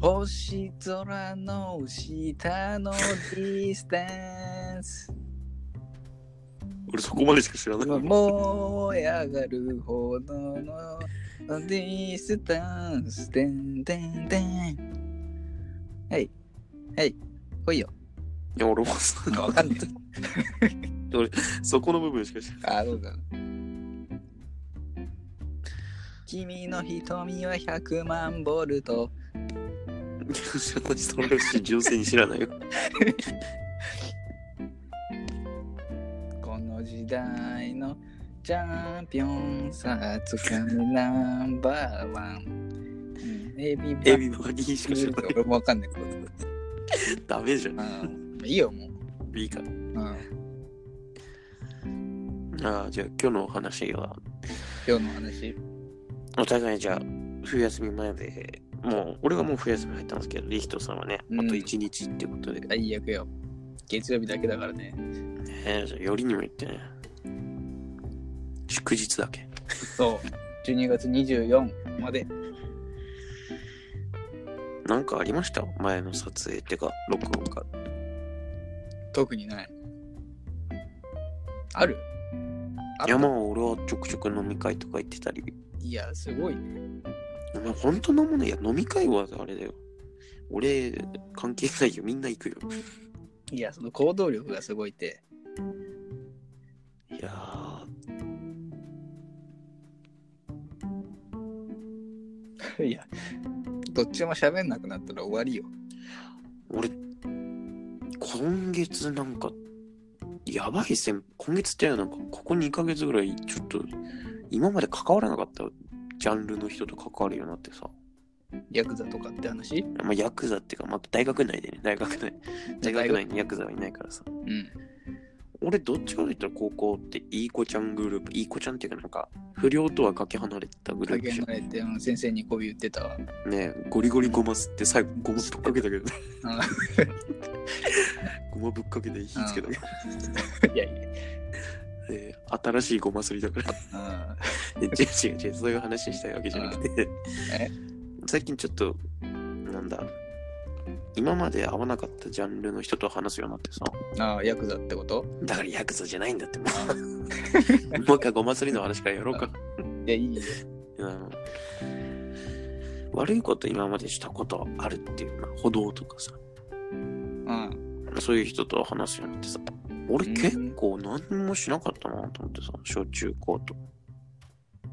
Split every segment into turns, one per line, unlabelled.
星空の下のディスタンス。
俺そこまでしか知らない。
燃え上がるほどのディスタンス。でんでんでん。はい。はい。来いよ。
いや、俺も そ
わかんない。
そこの部分しか知らない。
あ、そうだ。君の瞳は100万ボルト。
知らない人の話、純粋に知らないよ。
この時代のチャンピオンさあつかみナンバーワン。エビバ
エビバディしか知らない。
俺もわかんないこと。
ダメじゃん。
うんいいよ、もう。
いいか。
うん
ああ、じゃあ今日のお話は、
今日の話。
お互いじゃあ、冬休み前で、もう、俺はもう冬休み入ったんですけど、リヒトさんはね、
うん
あと1日ってことで、
最悪よ。月曜日だけだからね。
ねじゃあよりにも言ってね。祝日だけ。
そう。12月24まで。
なんかありました前の撮影ってか、録音か。
特にない。あるあっ
い
た
や、まあ、俺はちょくちょく飲み会とか行ってたり。
いや、すごいね。
お前、ほんと飲むね。いや、飲み会はあれだよ。俺、関係ないよ。みんな行くよ。
いや、その行動力がすごいって。
いやー、
いや、どっちも喋んなくなったら終わりよ。
俺、今月なんか、やばい先今月ってなんか、ここ2ヶ月ぐらい、ちょっと、今まで関わらなかったジャンルの人と関わるようになってさ。
ヤクザとかって話
まあ、ヤクザっていうか、まあ、大学内でね、大学 内。大学内にヤクザはいないからさ。
うん。
俺どっちかといったら高校っていい子ちゃんグループいい子ちゃんっていうかなんか不良とはかけ離れたグループ
影
じ
慣れて、うん先生にこび言ってたわ。
ゃんねゴリゴリゴマ吸って最後ゴマぶっかけたけどねゴマぶっかけて火つけたけど
いやいや。
ね新しいゴマすりだから
うん
で違う違う違うそういう話したいわけじゃなくて
え
最近ちょっとなんだ今まで合わなかったジャンルの人と話すようになってさ
ああ、ヤクザってこと
だからヤクザじゃないんだってもうもう一回ゴマすりの話からやろうか
いや、いいよ。
あの悪いこと今までしたことあるっていうな歩道とかさ
うん。
そういう人と話すようになってさ俺
うん
結構何もしなかったなと思ってさ小中高と、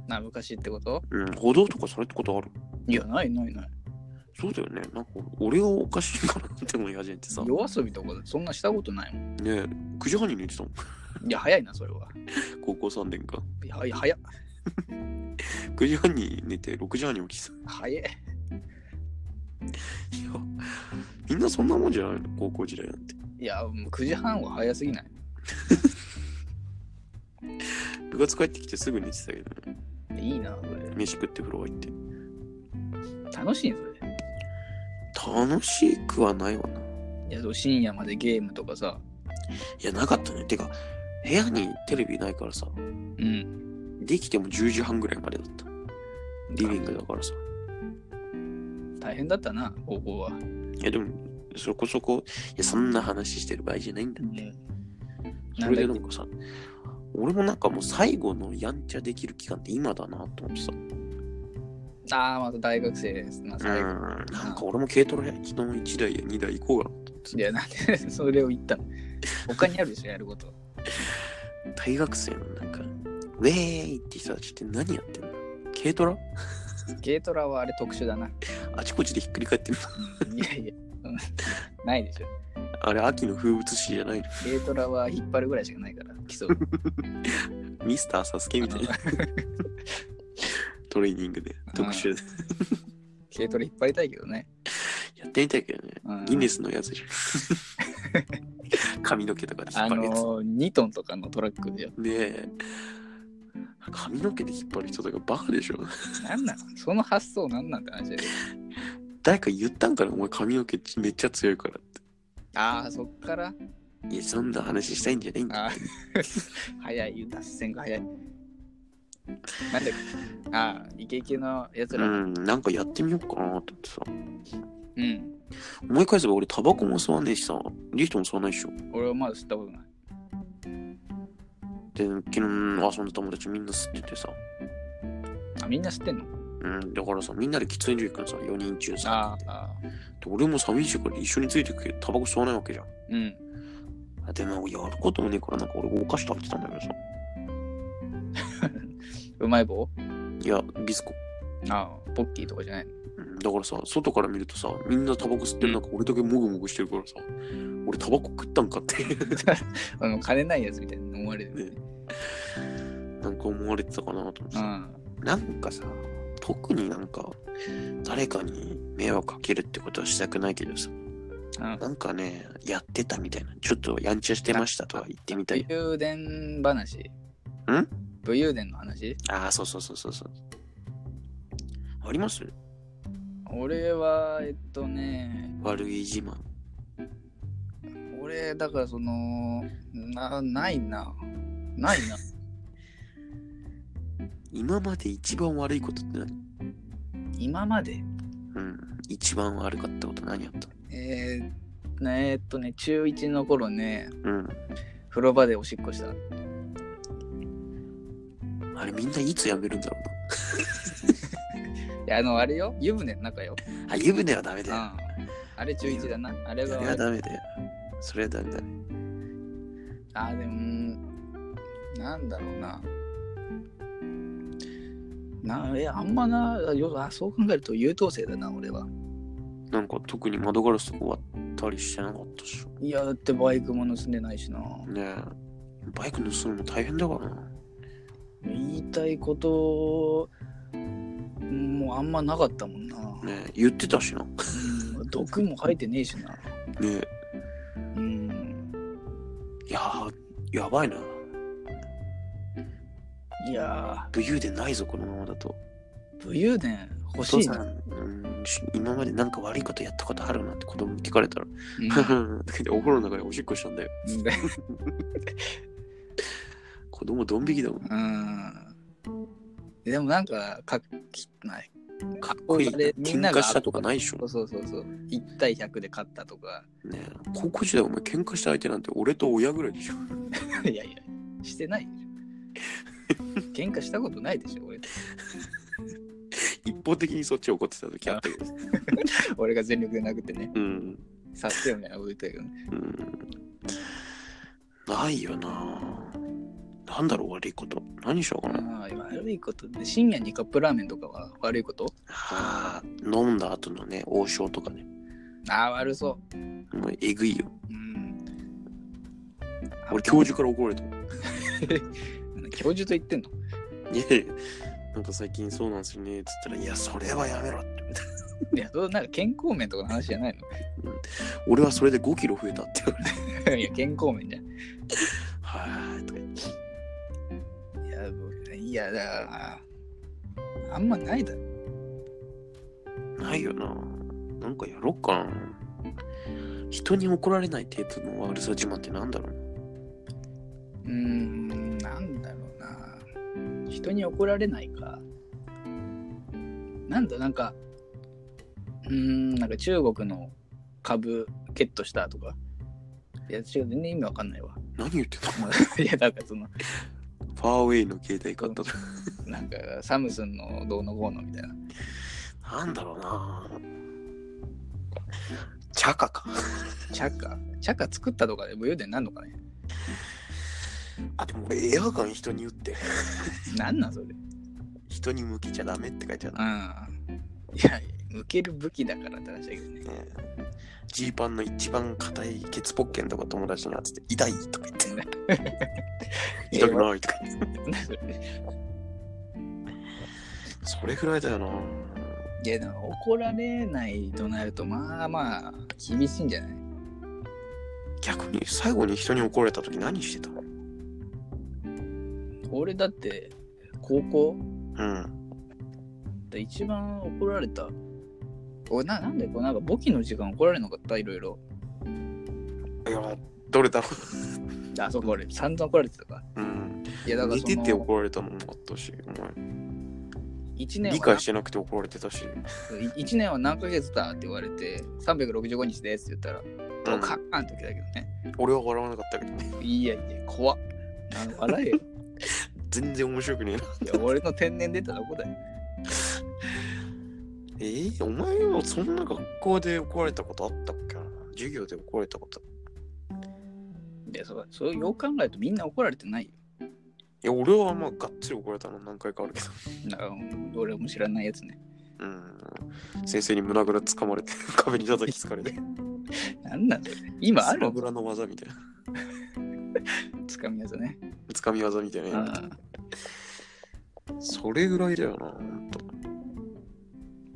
な、昔ってこと
うん、歩道とかされたことある
いや、ないないない。
そうだよねなんか俺がおかしいかなって思い始めてさね
夜遊びとかそんなしたことないもん。
え9時半に寝てたもん
いや、早いな、それは。
高校3年間
いや、いや早っ。
9時半に寝て6時半に起きてた
早い。
いやみんなそんなもんじゃないの高校時代なんて
いや、もう9時半は早すぎない。
部活帰ってきてすぐ寝てたけどね
いいな、それ。
飯食って風呂入って
楽しいねそれ。
楽しくはないわない
や、そう深夜までゲームとかさ。
いや、なかったね。てか、部屋にテレビないからさ、
うん。
できても10時半ぐらいまでだった。リビングだからさ。
大変だったな、高校は。
いや、でも、そこそこ、いや、そんな話してる場合じゃないんだって。
な
そ
ん
れ
だっ
で
け
なんかさ、俺もなんかもう最後のやんちゃできる期間って今だなと思ってさ。
ああ、また大学生ですな、
う
最後。
ん。なんか俺も軽トラ昨日1台や2台行こうかな。
いや、なんで それを言ったの他にあるでしょ、やること。
大学生のなんか、ウェーイって人たちって何やってんの軽トラ
軽トラはあれ特殊だな。
あちこちでひっくり返ってる。
いやいや、うんないでしょ。
あれ、秋の風物詩じゃないの。
軽トラは引っ張るぐらいしかないから、基礎。
ミスターサスケ みたいな。トレーニングで
ん
特集で
軽トラ引っ張りたいけどね。
やってみたいけどね、
うん
ギネスのや つじゃん髪の毛とかで引っ
あ
張るやつ、
のー、2トンとかのトラックでよ。
ねえ髪の毛で引っ張る人とかバカでしょ
なんなんその発想なんなんて話だよ。
誰か言ったんかなお前髪の毛めっちゃ強いからっ
ああ、そっから。
ていやそんな話したいんじゃないんだ
あー 早い、脱線が早い。なんだっけああ、イケイケのやつ
う
ら、
んなんかやってみようかなと思ってさ
うん。
思い返せば俺タバコも吸わねえしさ、リフトも吸わないでしょ。
俺はまだ吸ったことない。
で、昨日遊んだ友達みんな吸っててさ。
あ、みんな吸ってんの
うん、だからさ、みんなで喫煙所行くのさ、4人中さ。
ああ、
で俺も寂しいから一緒についてくけど、タバコ吸わないわけじゃん。
うん。
あでもやることもねえから、なんか俺お菓子食べてたんだけどさ。
うまい棒
いや、ビスコ。
ああ、ポッキーとかじゃないの
うんだからさ、外から見るとさ、みんなタバコ吸ってる中、俺だけもぐもぐしてるからさ、俺タバコ食ったんかって いう、
あの、金ないやつみたいに思われるよね。
なんか思われてたかなと思って
う
さ、
ん。
なんかさ、特になんか、誰かに迷惑かけるってことはしたくないけどさ、
うん
なんかね、やってたみたいな、ちょっとやんちゃしてましたとは言ってみたい。
武勇伝話
ん
武勇伝の話
ああ、そうそうそうそうそう。あります
俺は、えっとね、
悪い自慢。
俺、だからその、な、ないな。ないな。
今まで一番悪いことって何
今まで、
うん、一番悪かったこと何やった
えー、ねえっとね、中1の頃ね、
うん。
風呂場でおしっこした。
あれみんないつやめるんだろ
いや、あの、あれよ、湯船の中よ。
うな。あ、湯船はダメ
うん
だよ。あ。
あれ中1だな。あれ
れ
が
はダメだよ。それはダメだね。
あーでもうんなんだろうななえあんまなよあそう考えると優等生だな俺は
なんか特に窓ガラスとか割ったりしてなかったっしょ。
いやだってバイクも盗んでないしな
ねえ。バイク盗むの大変だからな。
言いたいこともうあんまなかったもんな、
ねえ、言ってたしな。ね
うん毒も入ってねえしな
え。
うん
いやー、やばいな。
いや
武勇伝ないぞ、このままだと。
ー武勇伝欲し
お父
い
さ、
なん
うん、し今までなんか悪いことやったことあるなって子供に聞かれたら。でお風呂の中でおしっこしたんだよ。
うん
子供ドン引きだもん。
うんでもなんかかっきない
かっこいい。
憧れみん
喧
な
嘩
が
したとかないでしょ
そ。うそうそうそう1対100で勝ったとか
ねえ高校時代お前喧嘩した相手なんて俺と親ぐらいでしょ。
いやいやして ないでしょ喧嘩したことないでしょ俺
一方的にそっち怒ってた時あったけど。
俺が全力で殴ってね
うん。
さってよみたいなこと言ったけどね
うん。ないよな。なんだろう悪いこと。何しようかな。
ああ悪いことで深夜にカップラーメンとかは悪いこと
ああ、飲んだ後のね、王将とかね。
ああ悪そ
もうえぐいよ。
ううん
俺教授から怒られたもん。
教授と言ってんの
いやいやなんか最近そうなんですよね。つったら、いや、それはやめろって言われた。
いやどうなんか健康面とかの話じゃない
俺はそれで5キロ増えたって言われて。
の いや健康面じゃん
はーい。とか言って。
いやもういやだからあんまないだろ
ないよな。なんかやろっかな。人に怒られない程度の悪さ自慢ってなんだろうな。
うーんなんだろうな人に怒られないかなんだなんかうーんなんか中国の株ゲットしたとかいや違う全然意味わかんないわ
何言ってたの
いやだからその
ファーウェイの携帯買ったとか。
なんかサムスンのどうのこうのみたいな
なんだろうな。チャカか。
チャカチャカ作ったとかで武勇伝なんのかね
あ、でも俺エアガン人に撃って。
なんなんそれうん
人に向けちゃダメって書いてある。
いや向ける武器だからって話だけどね
ねジーパンの一番硬いケツポッケンとか友達に当てて、痛いとか言って。 痛くないとか言って。
なんだそれ
それぐらいだよな。
いやでも怒られないとなるとまあまあ厳しいんじゃない
逆に最後に人に怒られた時何してたの
俺だって高校
うん。
で一番怒られた俺ななんでこうなんか簿記の時間怒られなかったいろいろ
いや、どれだろう
あそこ俺散々怒られてたか
うん、
いやだから
寝
そ
て
の
て怒られたのもあったし、お前。
1年
理
は
解してなくて怒られてたし、
1年は何ヶ月だって言われて、365日ですって言ったら、
うん
ドカーンって来たけどね。
俺は笑わなかったけどね
いやいや、怖っ。なんか笑え よ。
全然面白くねえない
や、俺の天然出たとこだよ。
えー、お前はそんな学校で怒られたことあったっけな授業で怒られたこと
で、そう、そうよく考えるとみんな怒られてないよ。
いや俺はまあがっつり怒られたの何回かあるけど
だから俺も知らないやつね。
うん先生に胸ぐらつかまれて 壁に叩きつかれて
なんなんだよ。今あ
スマ
る
ブラの技みたいな
つかみやつね。
つかみ技みたいなやつ
あ
それぐらいだよなほんと
ー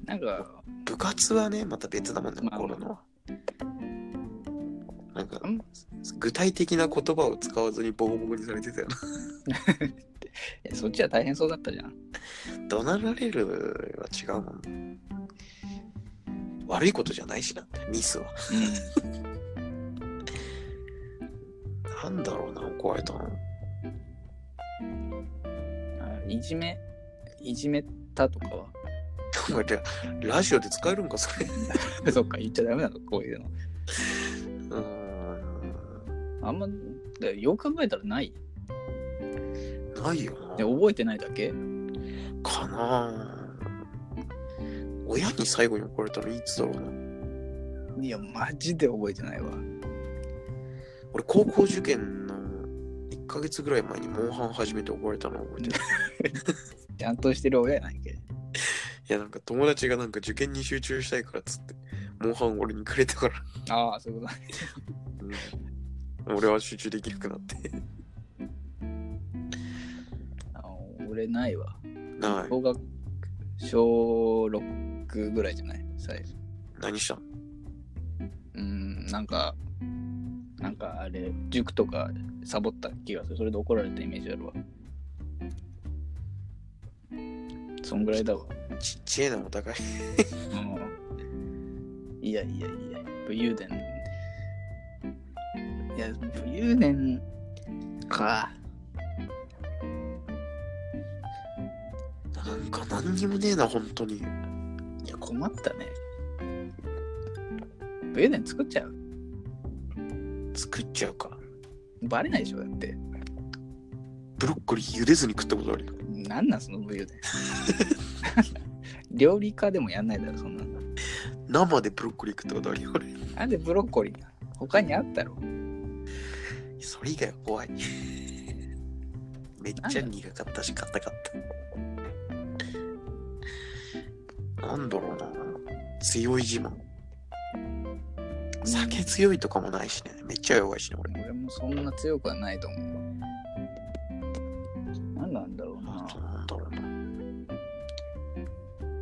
なんか、
部活はねまた別だもんね
まあ
怒るのはなんか
うん
具体的な言葉を使わずにボコボコにされてたよな
えそっちは大変そうだったじゃん。
怒鳴られるは違うもんね悪いことじゃないしなミスはなんだろうな怒られたの
あいじめ、いじめたとかは。
お前らラジオで使えるんかそれ
そっか、言っちゃダメなの、こういうの。
うん
あんま、だからよく考えたらない。
ないよな
で、覚えてないだけ
かな親に最後に怒られたのいつだろうない
や、マジで覚えてないわ。
俺高校受験の1ヶ月ぐらい前にモンハン始めて怒られたの覚えてる
ちゃんとしてる親やないけ。
いやなんか友達がなんか受験に集中したいからっつってモンハン俺にくれたから、
ああ、そういうことね。
俺は集中できなくなって
あ俺ないわ。
な
小学、小6ぐらいじゃない最初。
い何したの
うん、なんか、なんかあれ、塾とかサボった気がする。それで怒られたイメージあるわ。そんぐらいだわ。
ちっちゃいなお互い
うんいやいやいや、武勇伝。いや、武勇伝か。
なんか何にもねえな本当に
いや、困ったね。武勇伝作っちゃう
作っちゃうか
バレないでしょだって。
ブロッコリー茹でずに食ったことあるよ
なんなんその武勇伝。料理家でもやんないだろ、そんなの。
生でブロッコリー食ったことあるよ俺
なんでブロッコリーな他にあったろ
それ以外は 怖い。めっちゃ苦かったし、硬かった。なんだろうな。強い自慢。酒強いとかもないしね。めっちゃ弱いしね、俺。
俺もそんな強くはないと思う。何なんだろう
あ
な
と。なんだろうな。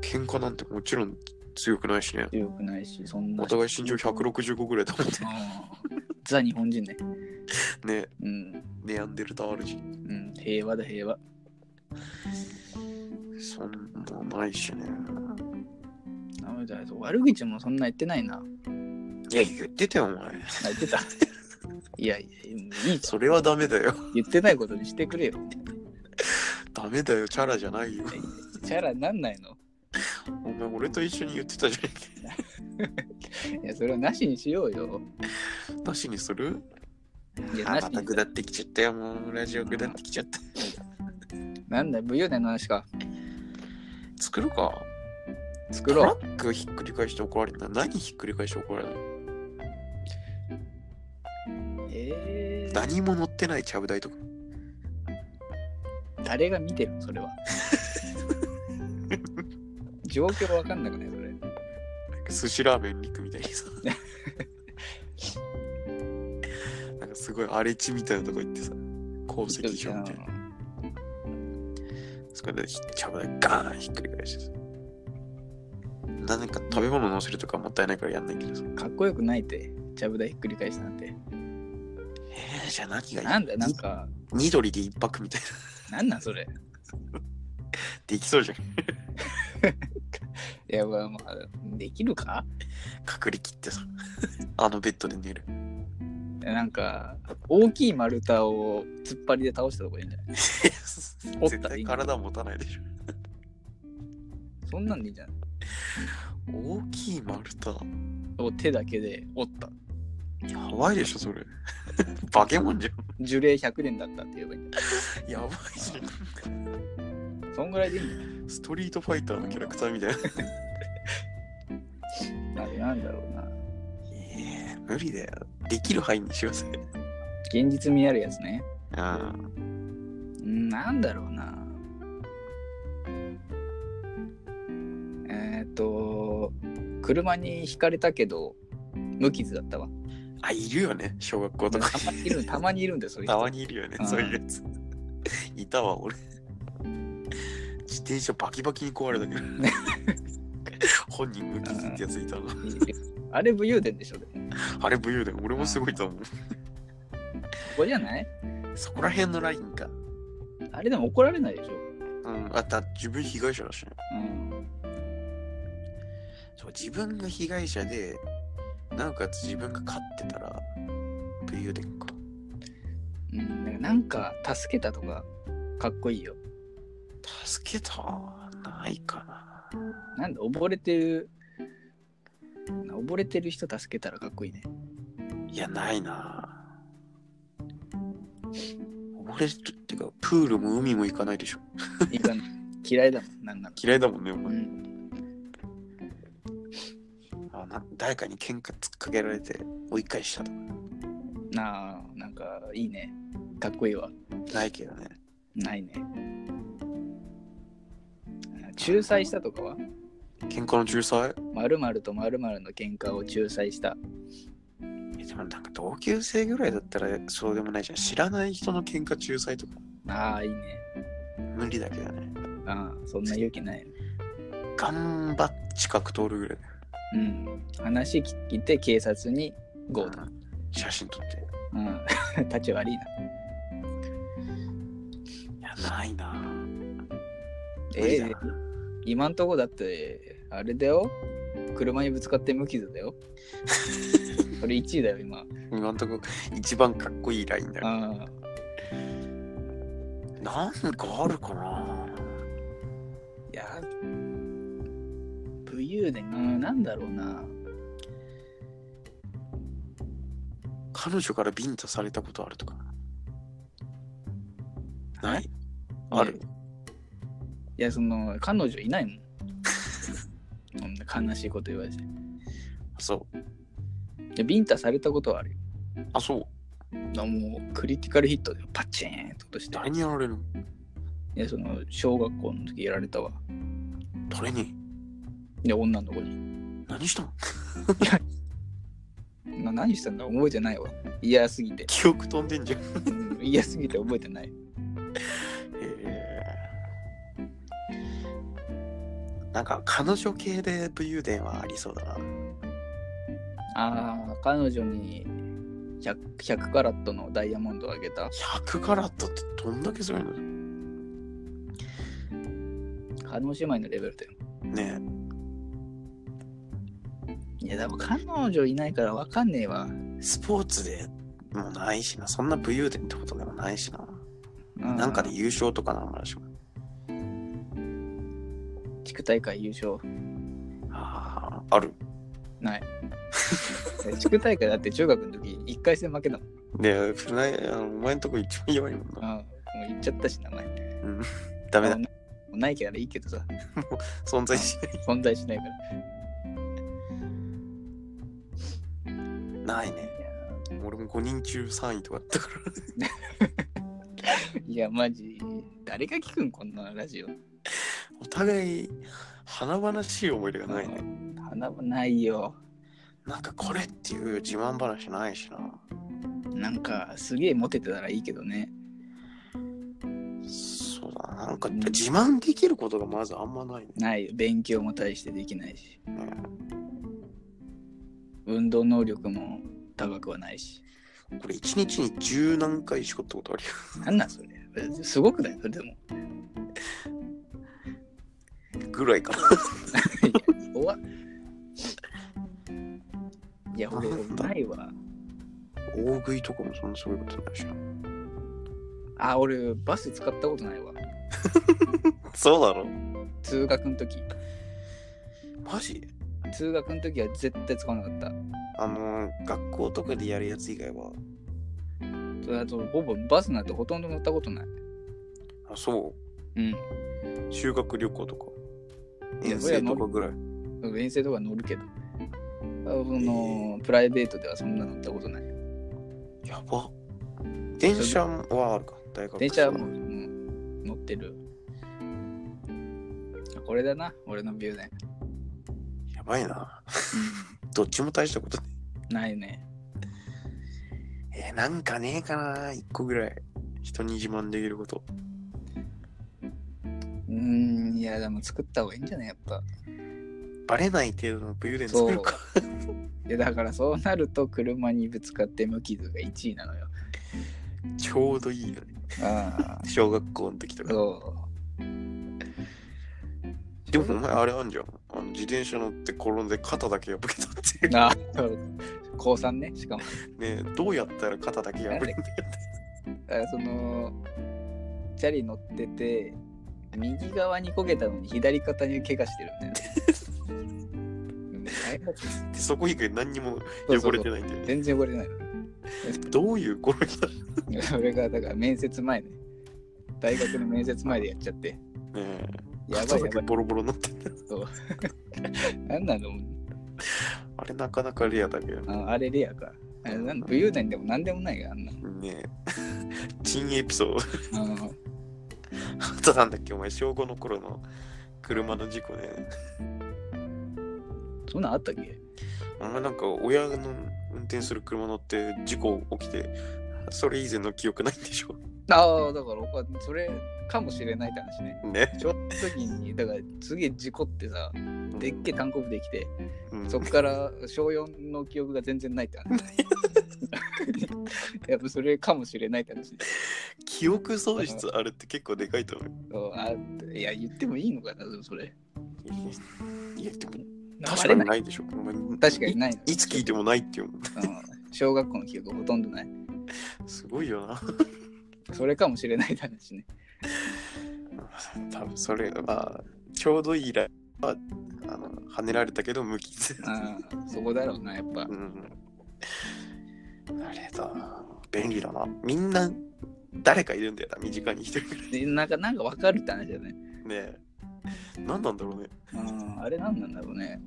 喧嘩なんてもちろん強くないしね。
強くないし、そんな。
お互い身長165ぐらいだもんね。
うんザ日本人ね。
ね、
うん。
ネアンデルタール人。
うん。平和だ、平和。
そんなないしね。
ダメだよ悪口もそんな言ってないな。
いや、言ってたよ、お前。
あ言って た。いやいや、もういいじ
それはダメだよ。
ゃん。言ってないことにしてくれよ。
ダメだよ、チャラじゃないよ。
チャラになんないの。
お前、俺と一緒に言ってたじゃねえ
いや、それはなしにしようよ。
か。なしにする
いや、
あ
なし
ま
に
た下ってきちゃったよ、もう。ラジオ下ってきちゃった。
なんだよ、武勇伝の話か。
作るか。
作
ト
ろ
ラ
う。
ックひっくり返して怒られた。何ひっくり返して怒られたの
えー、
何も乗ってないちゃぶ台とか。
誰が見てるのそ れは。状況わかんなくないそれ。
なんか寿司ラーメン肉みたいに さ。なんかすごい荒れ地みたいなとこ行ってさ。鉱石場みたいな。そこでひちゃぶ台ガーンひっくり返してさ。何か食べ物乗せるとかもったいないからやんないけどさ。
かっこよくないって。ちゃぶ台ひっくり返したなんて。
えー、じゃあ何がいい
なんだよ、なんか、
緑で一泊みたいな。
なんなんそれ。
できそうじゃん。
いや、まあ、まあ、できるか
隠れきって さ。あのベッドで寝る。
なんか、大きい丸太を突っ張りで倒したとこいいんじゃない折ったらいい
絶対体持たないでしょ。
そんなんでいいじゃん。
大きい丸太。
お手だけで折った。
やばいでしょ、そ れ。化け物じゃ
樹齢100年だったって言えばいいんだ。
ん。やばいじ
そんぐらいでいいん
ゃん。ストリートファイターのキャラクターみたい
だ。
な。
なんでなんだろうな。
ええ無理だよ。できる範囲にしようぜ。
現実味あるやつね。
あ
うんなんだろうな。えっ、と、車にひかれたけど、無傷だったわ。
あ、いるよね、小学校
た
とか。
まに いるたまにいるんだよ、そういう
た
人
まにいるよね、そういうやつ。いたわ、俺。自転車バキバキに壊れた けど。本人無傷ってやついたな。
あれ武勇伝でしょ、でも。
あれ武勇伝、俺もすごいと思う。
ここじゃない
そこら辺のラインか。
あれでも怒られないでしょ。
うん、あった、自分被害者だしね。
うん。
そう、自分が被害者で、なおかつ自分が勝ってたら、武勇伝か。
うん、だからなんか、助けたとか、かっこいいよ。
助けたはないかな。
なんで、溺れてる、溺れてる人助けたらかっこいいね。
いや、ないな。溺れるってか、プールも海も行かないでしょ。
いいかな嫌いだもん、なんなの。
嫌いだもんね、お
う
前。
ん。
あな誰かに喧嘩つっかけられて追い返したとか。
なあ、なんか、いいね。かっこいいわ。
ないけどね。
ないね。仲裁したとかは
喧嘩の仲裁
〇〇と〇〇の喧嘩を仲裁した。
えでもなんか同級生ぐらいだったらそうでもないじゃん。知らない人の喧嘩仲裁とか
ああ、いいね。
無理だけどね。
ああ、そんな勇気ないね。
頑張っ近く通るぐらい。
うん。話聞いて警察にゴーだ。
うん写真撮って。
うん。 立ち悪いな。
いや、ないな。無
え
理
え
だな
今んとこだって、あれだよ。車にぶつかって無傷だよ。それ1位だよ、今。
今んとこ一番かっこいいラインだよ。
ああ。
なんかあるかない
や、武勇伝、うん、なんだろうな。
彼女からビンタされたことあるとか。な
え
いある
いや、その、彼女いないもん。 そんな悲しいこと言われて。い
あそう。
や、ビンタされたことはあるよ。
あ、そう。
あもう、クリティカルヒットでパチーンと落として。
誰にやられる
い
の
や、その、小学校の時やられたわ。
誰に
で、女の子に。
何したの
な何したんだ覚えてないわ。嫌すぎて。
記憶飛んでんじゃん。へ
うん嫌すぎて覚えてない。
えなんか彼女系で武勇伝はありそうだな。
ああ、彼女に 100, 100カラットのダイヤモンドをあげた。
100カラットってどんだけすごいの
彼女姉妹のレベルだよ。
ねえ。
いや、でも彼女いないからわかんねえわ。
スポーツでもないしな、そんな武勇伝ってことでもないしな。なんかで
いい
優勝とかなんかでしょ。
地区大会優勝。
ああ、ある。
ない。地区大会だって中学の時1回戦負けたもん。
で、船井あのお前んとこ一番弱いもん
あ
な。
もう言っちゃったし、名前。
ダメだ
も、うないからいいけどさ、
存在しない。
存在しないから。
ないね。俺も5人中3位とかだったから。
いや、マジ、誰が聞くん、こんなラジオ。
お互い、華々しい思い出がないね。
花もないよ。
なんかこれっていう自慢話ないしな。
なんか、すげえモテてたらいいけどね。
そうだな。なんか自慢できることがまずあんまないね。
ないよ。勉強も大してできないし、運動能力も高くはないし。
これ1日に十何回しかったことあるよ。
なんなんそれ。すごくないそれでも。
ぐらいかな。
終わいや、俺、
なんだ
ないわ。
大食いとかもそんなそういうことないしな。
あ、俺、バス使ったことないわ。
そうだろ
通学の時。
マジ
通学の時は絶対使わなかった。
あのー、学校とかでやるやつ以外は。
それあと、ほぼバスなんてほとんど乗ったことない。
あ、そ
うん。
う。修学旅行とか。
いや
遠征とかぐらい。
遠征とか乗るけど。あの、プライベートではそんな乗ったことない。
やば。電車はあるか。大学
電車はもう、うん乗ってる。これだな、俺のビューね。
やばいな。どっちも大したことね。
ないね。
えーなんかねえかな。一個ぐらい。人に自慢できること。
うーん、いや、でも作った方がいいんじゃないやっぱ。
バレない程度の武勇伝作るか。
いや、だからそうなると車にぶつかって無傷が1位なのよ。
ちょうどいいよね。
ああ、
小学校の時とか。
そう。
でもお前あれあんじゃん。あの自転車乗って転んで肩だけ破けたっ ていう。ね
あ高3ね、しかも。
えどうやったら肩だけ破れるんだよって。
だからその、チャリ乗ってて、右側にこけたのに左肩に怪我してるんだよねう ん。大発
でそこ以外何にも汚れてないんだよね。
全然汚れないの。
どういう転びだね
俺がだから面接前ね。大学の面接前でやっちゃって。
え
やば
肩
いや
だけ
ばい
ボロボロになってんだ。
そう。なんなの
あれなかなかレアだけどね。
ああれレアか。あれなん武勇伝でもなんでもないがあんな。
ねえ。 珍エピソード。
あの
あとなんだっけ、お前、小5の頃の車の事故ね。
そんなんあったっけ
お前なんか親の運転する車乗って事故起きて、それ以前の記憶ないんでしょ。
ああ、だからおかそれかもしれないって話ね。
ね。
ちょっと時に、だからすげえ事故ってさ、でっけえ単行部できて、
うん
そっから小4の記憶が全然ないって 話。やっぱそれかもしれないって話ね。
記憶喪失あるって結構でかいと思う。
そうあいや、言ってもいいのかな、でもそれ。
いや、でも
バ
確か
レ
に
ない
ないでしょ。お前
確かにないのよ
いつ聞いてもないってい
う
う。
ん小学校の記憶ほとんどない。
すごいよな。
それかもしれないって話ね。
多分それはちょうどいいラインはあの跳ねられたけど無傷、
うんそこだろうな、やっぱ
う。ん、あれだ便利だなみんな誰かいるんだよな身近に一人ぐら
でなんか、なんかわかるって話だね。
いねえ何なんだろうね
うん、あれなんなんだろうね。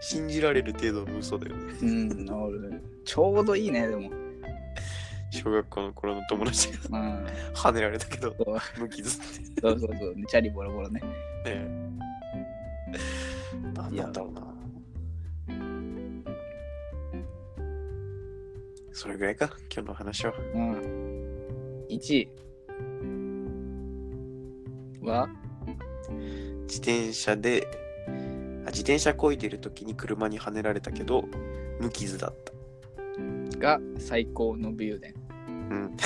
信じられる程度の嘘だよね
うん、俺ちょうどいいね、でも。
小学校の頃の友達が
うん、
跳ねられたけど
そう
無傷ってね
そうそうそう、チャリボロボロね。
え何なんだろうなそれぐらいか今日の話は
うん。1位は
自転車であ自転車こいでる時に車にはねられたけど無傷だった
が最高の武勇伝。
うん